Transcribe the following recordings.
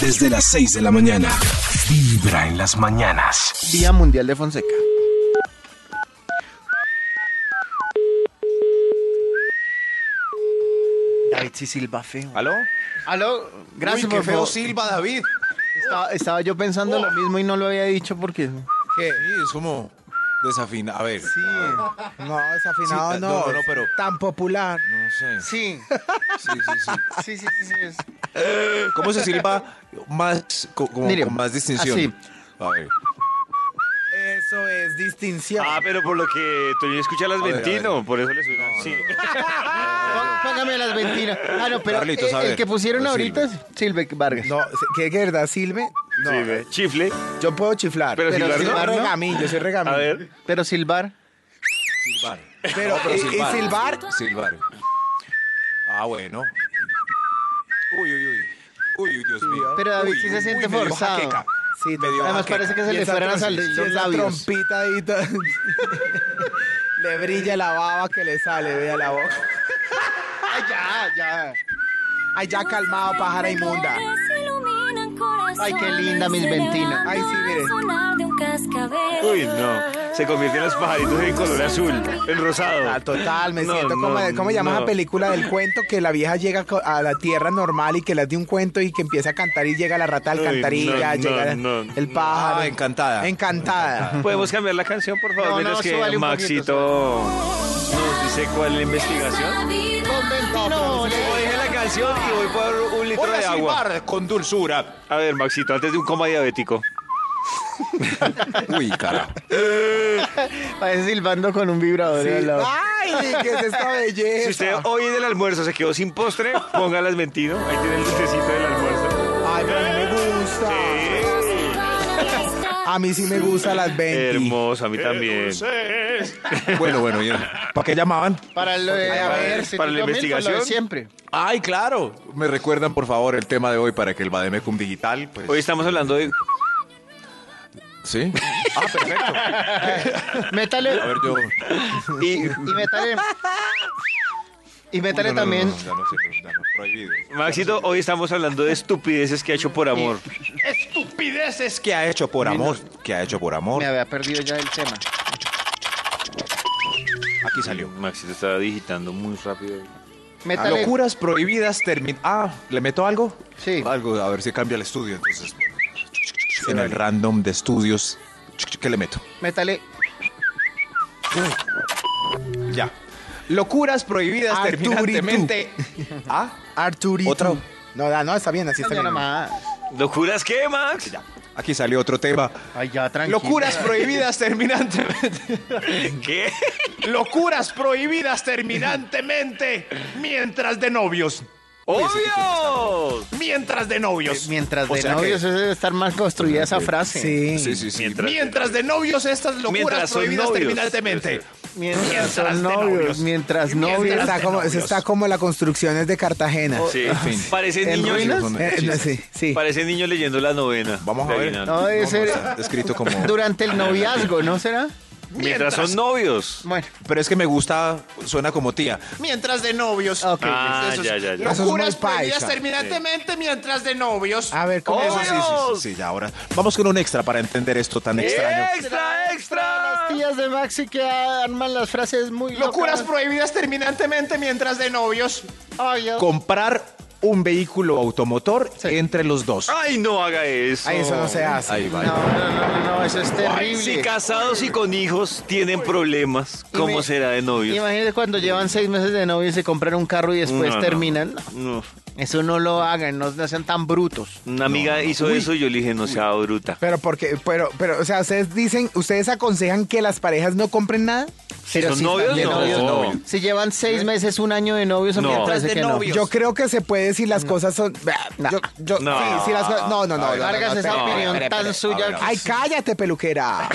desde las 6 de la mañana. Vibra en las mañanas. Día Mundial de Fonseca. David sí silba feo. ¿Aló? Aló, gracias Uy, qué por feo favor. Silva, David. Estaba, estaba yo pensando lo mismo y no lo había dicho porque... Sí, es como desafinado. A ver, Sí, No, desafinado Sí, no. no, no, pero- Tan popular. no sé. sí, Sí, sí, sí, sí, sí, sí, es- sí. ¿Cómo se silba más, co- como, Mire, con más distinción? así. A ver. Eso es distinción. Ah, pero por lo que tú escuchas las A ver, a Ventino, por eso le suena. sí. Pó- Póngame las ventinas. Ah, no, pero Carlitos, a eh, el, ver, que pusieron pues, ahorita es Silve Vargas. No, ¿qué que verdad, Silve? No, Sí, ve. Chifle. yo puedo chiflar. Pero silbar yo no. soy regamín, yo soy regamín. A ver. Pero silbar, Silbar. Pero, No, ¿y- y silbar? Silbar. Ah, bueno. Uy, uy, uy. Uy, uy, Dios mío. Pero David Uy, sí se uy, siente me dio forzado. jaqueca. Sí, Me dio total. Además jaqueca. parece que se Y le esa fueran a trom- salir y los esa labios. trompita ahí toda- Le brilla la baba que le sale, vea la boca. Ay, ya, ya. Ay, ya calmado, pájara inmunda. Ay, qué linda mis ventinas. Ay, sí, mire. Uy, no. Se convierte en los pajaritos en color azul, en rosado. Ah, total, me No, siento como, no, ¿cómo llama no. la película del cuento? Que la vieja llega co- a la tierra normal y que las de un cuento y que empieza a cantar y llega la rata al Uy, alcantarilla, no, llega no, no. el pájaro. Ah, encantada. Encantada. ¿Podemos cambiar la canción, por favor? No, no, Menos súbale que un Maxito nos dice cuál es la investigación. Conventino, le- Como dije la canción y voy por un litro Ponga de agua. silbar con dulzura. A ver, Maxito, antes de un coma diabético. Uy, cara. parece silbando con un vibrador al lado. Ay, ¿qué es esta belleza? Si usted hoy en el almuerzo se quedó sin postre, ponga las ventino. Ahí tiene el listecito del almuerzo. Ay, pero a mí me gusta. A mí sí me gusta las 20. Hermoso, a mí también. Bueno, bueno, bien. ¿Para qué llamaban? Para lo de, a ver, si para tú también, pues, lo la de investigación. siempre. Ay, claro. Me recuerdan, por favor, el tema de hoy para que el Bademecum Digital. Pues, Hoy estamos hablando de... Sí. Ah, perfecto. Métale, A ver, yo. y, y métale. Y métale Uy, no, no, no, también. no, ya no sé, ya no, prohibido. Maxito, hoy estamos hablando de estupideces que ha hecho por amor. Estupideces que ha hecho por amor. Que ha hecho por amor. Me había perdido ya el tema. Aquí salió. Maxito estaba digitando muy rápido. Métale. Locuras prohibidas termin... Ah, ¿le meto algo? Sí. Algo, a ver si cambia el estudio. Entonces, en el random de estudios, ¿qué le meto? Métale. Ya. Locuras prohibidas Arturito. terminantemente. Ah, Arturito. Otro. No, da- no, está bien, así está Mañana bien. más. ¿Locuras qué, Max? ya. Aquí salió otro tema. Ay, ya, tranquilo. Locuras prohibidas terminantemente. ¿Qué? Locuras prohibidas terminantemente. Mientras de novios. ¡Obvio! Mientras de Pues, novios. Mientras O de sea que- novios, eso debe estar mal construida esa frase. Sí. Sí, sí, sí. Mientras- Mientras de novios, estas locuras Mientras son prohibidas novios. terminantemente. Mientras, Mientras son de novios, novios. mientras Mientras- novios. Está de como, eso novios. está como la construcciones de Cartagena. Sí, En fin. parecen ¿En niños, ruinas? son- Eh, no, sí, sí. parece niño leyendo la novena. Vamos a de ver. Aguinaldo. No, debe ser Escrito como. durante el noviazgo, ¿no será? Mientras son novios. Bueno, Pero es que me gusta, suena como tía. Mientras de novios. ok. Ah, ya, ya, ya. Eso es muy paisa. terminantemente mientras de novios. A ver, ¿cómo Eso es? sí, sí, sí, sí, ya ahora. Vamos con un extra para entender esto tan extraño. ¡Extra, extra! Las tías de Maxi que arman las frases muy Locuras locas. prohibidas terminantemente mientras de novios. Ay, Dios. Comprar un vehículo automotor Sí. entre los dos. ¡Ay, no haga eso! Ay, eso no se hace. Ahí va. No, no, no, no, no, eso es terrible. Si casados y con hijos tienen problemas, ¿cómo Ime- será de novios? Imagínate cuando llevan seis meses de novio y se compran un carro y después No, no. terminan. No, No, Eso no lo hagan, no, no sean tan brutos. Una amiga hizo eso y yo le dije, no sea bruta. Pero porque, pero, pero, o sea, ustedes dicen, ustedes aconsejan que las parejas no compren nada. Pero son si novios, están de no. novios, No. no. Si llevan seis meses, un año de novios, a mí No. me parece Tras de que no. novios. Yo creo que se puede si las cosas son. No. Yo, yo- No. sí, si las cosas- no, no, no. no, no, Vargas, no, esa espere, opinión espere, tan espere. suya. A ver, a ver. Ay, cállate, peluquera.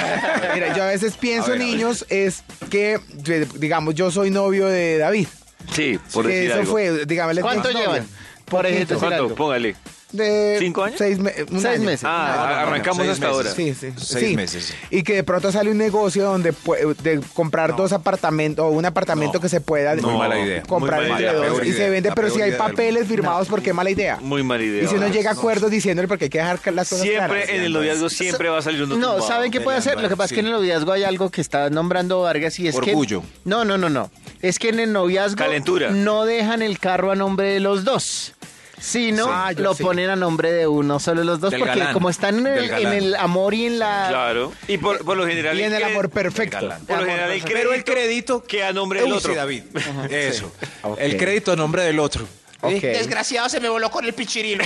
Mira, yo a veces pienso, A ver, a ver. niños, es que, de- digamos, yo soy novio de David. Sí, por que decir eso algo. fue, digamos, ¿Cuánto llevan? Por Por ejemplo, ejemplo, decir ¿Cuánto? algo. Póngale. de ¿Cinco años? Seis, me- un Seis año. meses. Ah, No, no, no, arrancamos seis hasta meses. ahora. Sí, sí. Seis sí. meses, sí. Y que de pronto sale un negocio donde pu- de comprar dos apartamentos o un apartamento No. que se pueda Muy mala idea. comprar Muy mala idea. entre La dos peor y idea. se vende, La pero peor si hay idea del papeles firmados, ¿por qué mala idea? Muy mala idea. Y si uno ¿verdad? llega a acuerdos diciéndole porque hay que dejar ca- las cosas Siempre claras. en el noviazgo siempre va a salir uno No, tumbado. ¿saben qué puede hacer? Lo que pasa es que en el noviazgo hay algo que está nombrando Vargas y es que... Orgullo. No, no, no, no. Es que en el noviazgo... Calentura. No dejan el carro a nombre de los dos. Sino Sí. Ah, yo lo sí. ponen a nombre de uno, solo los dos, Del porque galán. como están en el, Del galán. en el amor y en la... Claro. Y por, por lo general. Y en el cre- amor perfecto. Por lo general, el crédito. Pero el crédito que a nombre del Uy, otro. sí, David. Eso. Ok. El crédito a nombre del otro. Ok. Desgraciado se me voló con el pichirilo.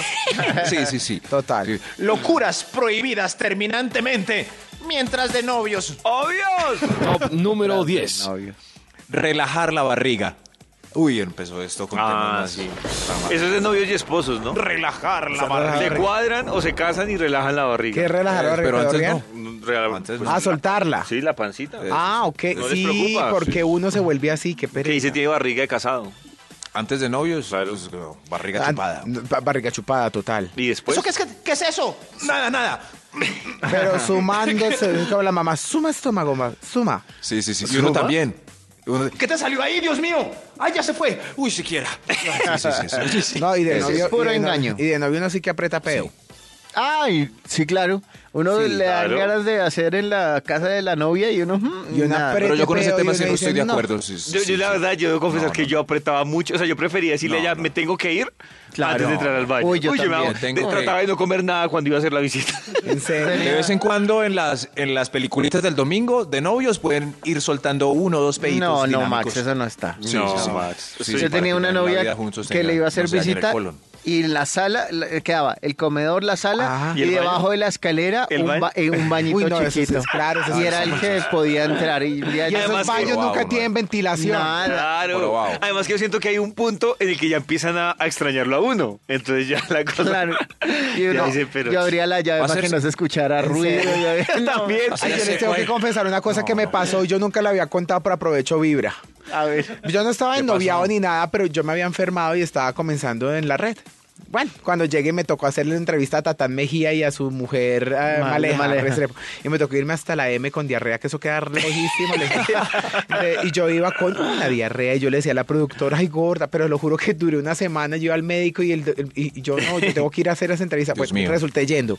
Sí, sí, sí. Total. Sí. Locuras prohibidas terminantemente mientras de novios. ¡Obvios! Top número 10. Relajar la barriga. Uy, empezó esto con Ah, temas sí. Eso es de novios y esposos, ¿no? Relajar la Se barriga. cuadran o se casan y relajan la barriga. ¿Qué relajar ahora, Pero antes Gabriel? no. Real- Antes pues, Ah, soltarla. Sí, la pancita. Ah, ok. No les sí, preocupa, porque sí. uno se vuelve así, qué Que pereza. dice tiene barriga de casado. Antes de novios, pues, barriga Ah, chupada. ba- barriga chupada, total. Y después. ¿Eso qué es, que- qué es eso? Nada, nada. Pero sumando, se dice como la mamá, suma estómago, ma- suma. Sí, sí, sí. Y uno también. Uno- ¿Qué te salió ahí, Dios mío? ¡Ay, ya se fue! Uy, siquiera. Sí, sí, sí, sí. No, y de Eso es novio. puro y de novio- engaño. Y de novio uno sí que aprieta peo. Ay, sí, claro. Uno Sí, le dan claro. ganas de hacer en la casa de la novia y uno... mm, Y una nada. pre- Pero yo con ese Pero tema yo sí le no estoy de dicen, no. acuerdo. sí, sí, Yo, sí, yo la sí. verdad, yo debo confesar que yo apretaba mucho. O sea, yo prefería decirle No, a ella, no. me tengo que ir Claro. antes de entrar al baño. Uy, yo me también. hago- Tengo de- que- Trataba de no comer nada cuando iba a hacer la visita. En serio. eh, De vez en cuando en las, en las peliculitas del domingo de novios pueden ir soltando uno o dos peditos. No, no, dinámicos. Max, eso no está. Sí, No, sí, sí. Max. Sí, Yo Yo para tenía una tener la vida novia juntos, que tenga- le iba a hacer no se dañe el visita colon. y en la sala la- quedaba el comedor, la sala Ah. y, ¿Y el baño? debajo de la escalera ¿El un, baño? ba- eh, un bañito Uy, no, eso sí es chiquito. claro, eso sí y es era el que podía entrar. Y, ya- Y esos además- baños Wow, nunca no. tienen ventilación. nada. Claro. Pero, wow. Además que yo siento que hay un punto en el que ya empiezan a, a extrañarlo a uno. Entonces ya la cosa... Claro. Y Ya uno- dice, pero- yo abría la llave Va a para ser- que no se escuchara ruido. yo- no. También. Ay, Ya yo les sé tengo cuál. que confesar una cosa que me pasó y yo nunca la había contado, pero aprovecho vibra. A ver. Yo no estaba noviado ni nada, pero yo me había enfermado y estaba comenzando en la red. Bueno, cuando llegué me tocó hacerle una entrevista a Tatán Mejía y a su mujer eh, Mal- Maleja, Maleja. Restrepo. Y me tocó irme hasta la M con diarrea, que eso queda lejísimo. lejísimo. De- y yo iba con una diarrea y yo le decía a la productora, ay gorda, pero lo juro que duré una semana, yo iba al médico y, el, el- y y yo no, yo tengo que ir a hacer esa entrevista. Dios Pues mío. resulté yendo.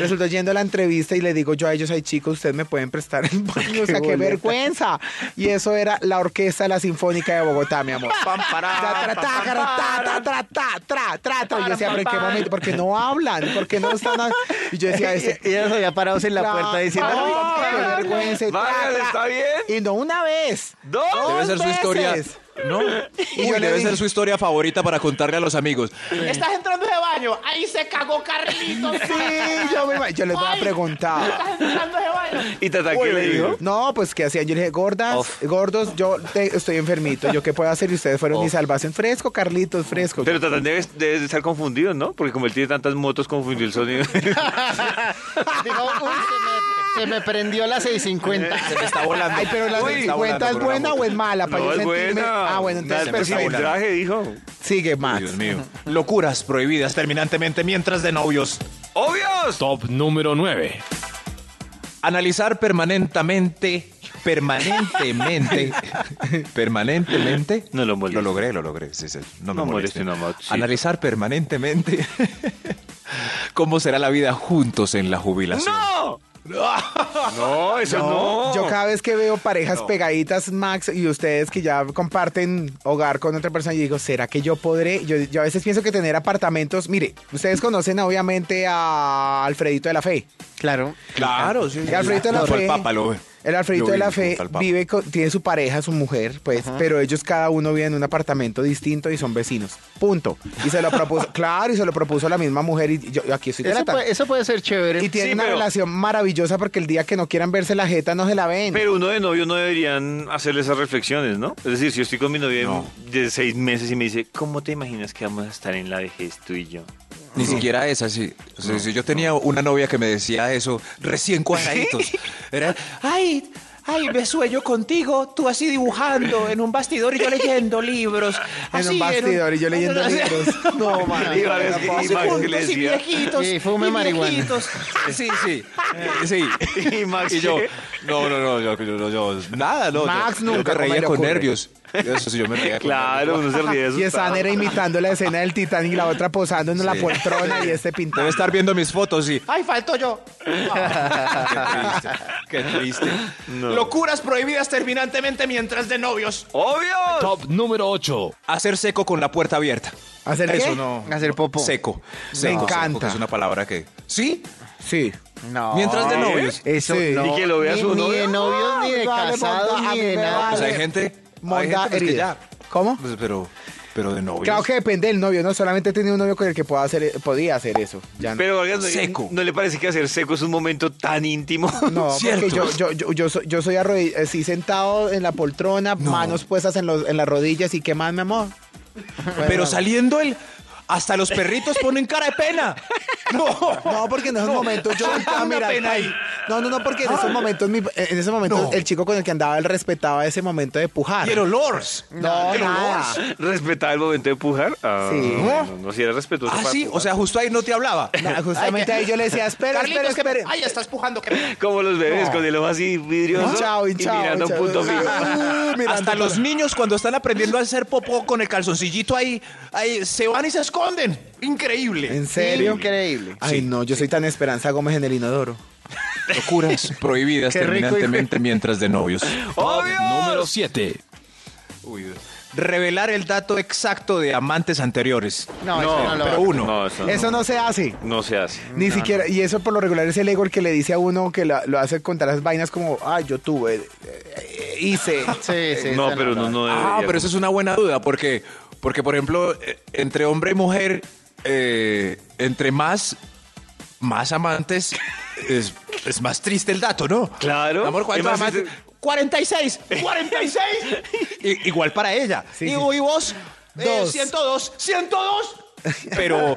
Resulté yendo a la entrevista y le digo yo a ellos, ay chicos, ustedes me pueden prestar el baño, o sea, boleta. qué vergüenza. Y eso era la orquesta de la Sinfónica de Bogotá, mi amor. Pam, pará, Ta, tra, ta, pam, cara, ta, ta, tra, ta, tra, tra, tra. Y yo decía, pero en qué momento, porque no hablan, porque no están. a- Y yo decía, este, Y ellos había parados en la tra- puerta diciendo... "Ay, qué vergüenza", y tra, Vargas, tra. ¿está bien? Y no una vez. ¿Dos? Debe ser su veces. historia. ¿No? Y yo Uy, le debe dije- ser su historia favorita para contarle a los amigos. Estás entrando de baño. Ahí se cagó Carlitos. Sí, yo, me, yo les voy a Ay, preguntar. Estás entrando de baño. ¿Y Tata qué le dijo? No, pues ¿qué hacían? Yo le dije, gordas, Off. gordos, yo te- estoy enfermito. ¿Yo qué puedo hacer? Y ustedes fueron mi salvación. Fresco, Carlitos, fresco. Pero Tatán debe, debe estar confundido, ¿no? Porque como él tiene tantas motos, confundió el sonido. Dijo, "Uy, se me, se me prendió la 650. Está volando. Ay, pero la Uy, está volando cuenta es por una buena moto. o es mala no, para yo es sentirme. buena. pues, Ah, bueno, entonces Dale, está perfecto. buena. cilindraje, dijo. Sigue Max. Dios mío. Locuras prohibidas terminantemente mientras de novios. ¡Obvios! Top número 9. Analizar permanentemente, permanentemente, permanentemente. No lo Lo moleste. logré, lo logré. sí, sí, no me No moleste. moleste, no, Max, sí. Analizar permanentemente cómo será la vida juntos en la jubilación. ¡No! No, eso no. Yo cada vez que veo parejas pegaditas, Max, y ustedes que ya comparten hogar con otra persona, yo digo, ¿será que yo podré? Yo, yo a veces pienso que tener apartamentos. Mire, ustedes conocen obviamente a Alfredito de la Fe. Claro. Claro, sí. El Alfredito de la Junto al Fe. Papa, lo ve. El Alfredito Lo de la vi Fe junto al Papa. vive con- tiene su pareja, su mujer, pues, pero ellos cada uno vive en un apartamento distinto y son vecinos. Punto. Y se lo propuso, claro, y se lo propuso la misma mujer y yo yo aquí estoy Eso tratando. puede, eso puede ser chévere. Y tienen Sí, una pero- relación maravillosa porque el día que no quieran verse la jeta no se la ven. Pero uno de novio no deberían hacerle esas reflexiones, ¿no? Es decir, si yo estoy con mi novia de seis meses y me dice, ¿cómo te imaginas que vamos a estar en la vejez tú y yo? Ni siquiera esa, sí. O sea, si yo tenía una novia que me decía eso recién cuadraditos. Era, ay, Ay, me sueño contigo, tú así dibujando en un bastidor y yo leyendo libros. En así, un bastidor y yo leyendo libros. No, Ah, man. Y Max- y Así Max juntos le y decía- viejitos. Y fume marihuana. viejitos. Sí, sí. eh, sí. Y Max, Y yo, ¿qué? no, no, no, yo, yo- yo- yo- nada, no. Max yo, yo me nunca, ¿cómo reía le con ocurre? nervios. Eso sí, yo me reía con Claro, uno se ríe de Y asustado. Stan era imitando la escena del Titanic y la otra posando en la Sí. poltrona y este Debe pintando. estar viendo mis fotos y. Ay, falto yo. Qué triste. Locuras prohibidas terminantemente mientras de novios. ¡Obvio! Top número 8. Hacer seco con la puerta abierta. ¿Hacer Eso qué? no. Hacer popo. Seco. Me seco, encanta. seco, Es una palabra que. ¿Sí? Sí. No. Mientras de ¿sí? novios. Eso Sí. no. Y que lo vea ni, Ni su de novio. novios, ni de Ay, vale, casados, monda, ni a mí de me nada. vale. Pues hay gente. Hay Monda gente pues, que herida. ya. ¿Cómo? Pues, pero, pero de novios. Claro que depende del novio, ¿no? Solamente tenía un novio con el que pueda hacer, podía hacer eso. Ya no. Pero oiga, ¿no- Seco. ¿no le parece que hacer seco es un momento tan íntimo? No, Cierto. porque yo, yo, yo, yo soy, yo soy arrodi- así sentado en la poltrona, manos puestas en, los, en las rodillas y qué más, mi amor. Pero saliendo el. Hasta los perritos ponen cara de pena. No. No, porque en esos momentos yo volteaba a Una mirar. pena para- ahí. Ah. No, no, no, porque en esos momentos, mi- en esos momentos No. el chico con el que andaba él respetaba ese momento de pujar. Y el olor. no, nada. ¿Respetar el momento de pujar? Ah, Sí. No, no, si era respetuoso. Ah, para sí. pujar. O sea, justo ahí no te hablaba. Nah, justamente ahí yo le decía, espera, Carlitos, que espera, espera. Ay, estás pujando. Que... Como los bebés con el ojo así vidrioso. Hinchado, hinchado, Y mirando un hinchado. punto fijo. Ah, mirando Hasta para- los niños cuando están aprendiendo a hacer popó con el calzoncillito ahí, ahí se van y se esconden. Increíble. ¿En serio? Increíble. Ay, no, yo soy tan Esperanza Gómez en el inodoro. Locuras prohibidas Qué rico y- terminantemente mientras de novios. Oh, Número 7. Revelar el dato exacto de amantes anteriores. No, eso no lo pero hago. uno. No, eso no, Eso no se hace. no se hace. Ni siquiera, y eso por lo regular es el ego el que le dice a uno que la- lo hace contar las vainas como, ah, yo tuve, eh, eh, hice. Sí, sí. no, eso pero no, eh, no Ah, debería. pero esa es una buena duda, porque, porque por ejemplo, eh, entre hombre y mujer, eh, entre más, más amantes, es, es más triste el dato, ¿no? Claro. Mi Amor, ¿cuántos Es más amantes? 46, 46. I- igual para ella. Sí, Digo, sí. y vos, Eh, Dos. 102, 102. Pero,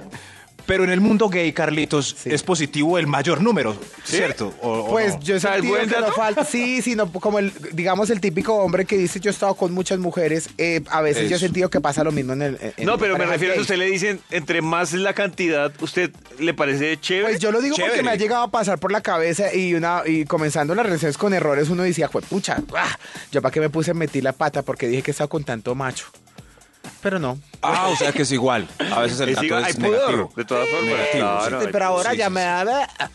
pero en el mundo gay, Carlitos, es positivo el mayor número, ¿cierto? O- o Pues no? yo he sea, el sentido buen que no dato. falta. Sí, sino como el, digamos, el típico hombre que dice yo he estado con muchas mujeres. eh, a veces yo he Eso. sentido que pasa lo mismo en el. en- en No, pero me parejas refiero a que gay. usted le dicen, entre más la cantidad, ¿usted le parece chévere? Pues yo lo digo porque Chévere. me ha llegado a pasar por la cabeza y una y comenzando las relaciones con errores uno decía, "Jue pucha, ah, yo para qué me puse a meter la pata porque dije que estaba con tanto macho." Pero no. Ah, o sea que es igual. A veces el Es dato igual, es hay pudor, negativo. de todas formas. Negativo, sí. Claro, hay pero ahora sí, ya sí, me sí. da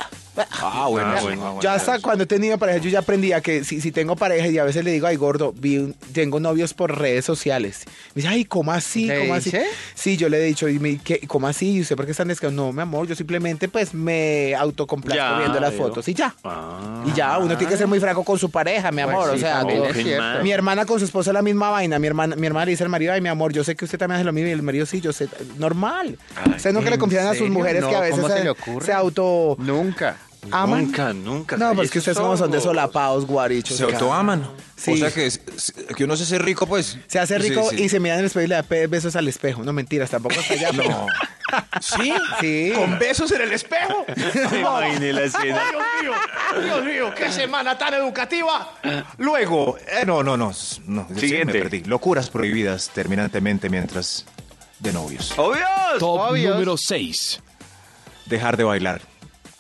Ah, bueno. Ah, sí, bueno. ah, Ya eso hasta sí. cuando he tenido pareja, yo ya aprendí a que si, si tengo pareja y a veces le digo, ay, gordo, vi un- tengo novios por redes sociales. Me dice, ay, ¿cómo así? ¿Le ¿Cómo dice? así? Sí, yo le he dicho, y me, ¿qué, ¿cómo así? ¿Y usted por qué están descansando? No, mi amor, yo simplemente pues me autocomplazco Ya, viendo las yo. fotos y ya. Ah. Y ya, uno tiene que ser muy franco con su pareja, mi Pues amor. sí, o sea, también no- es Open cierto. mind. mi hermana con su esposa la misma vaina. Mi hermana, mi hermana le dice al marido, ay, mi amor, yo sé que usted también hace lo mismo. Y el marido, sí, yo sé, normal. Ay, Usted nunca le ¿en confían a sus serio? mujeres que No, a veces ¿cómo se se, le ocurre? se auto Nunca. aman. Nunca, nunca. No, Calle, pues que esos ustedes como son de hongos. solapados, guarichos. Se cara. autoaman. Sí. O sea que, es- que uno se hace rico, pues. Se hace rico Sí, sí. y se mira en el espejo y le da pe- besos al espejo. No, mentiras, tampoco hasta allá. No. ¿Sí? Sí. Con besos en el espejo. Me imaginé la escena. Dios mío, Dios mío, qué semana tan educativa. ah. Luego, eh, no, no, no. no sí, Siguiente. me perdí. Locuras prohibidas terminantemente mientras de novios. ¡Obvio! Top Obvios. número 6. Dejar de bailar.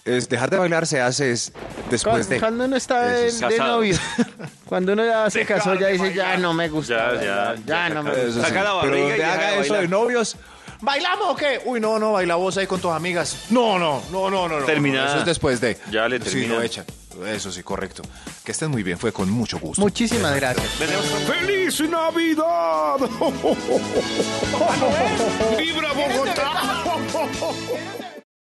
Es dejar de bailar se hace es Cu- después de. cuando uno está Eso de, de es Pues casado. novio, cuando uno ya se casó, ya dice, ya no me Ya, gusta. ya, ya, ya no se me acabó. gusta. Eso Saca la barriga Pero y donde deja de haga eso bailar. de novios. ¿Bailamos o qué? Uy, no, no, baila vos ahí con tus amigas. No, no, no, no, no. no. Terminada. Eso es después de. Ya le Sí, terminan. lo echan. Eso sí, correcto. Que estén muy bien, fue con mucho gusto. Muchísimas gracias. ¡Feliz Navidad! ¡Vibra Bogotá!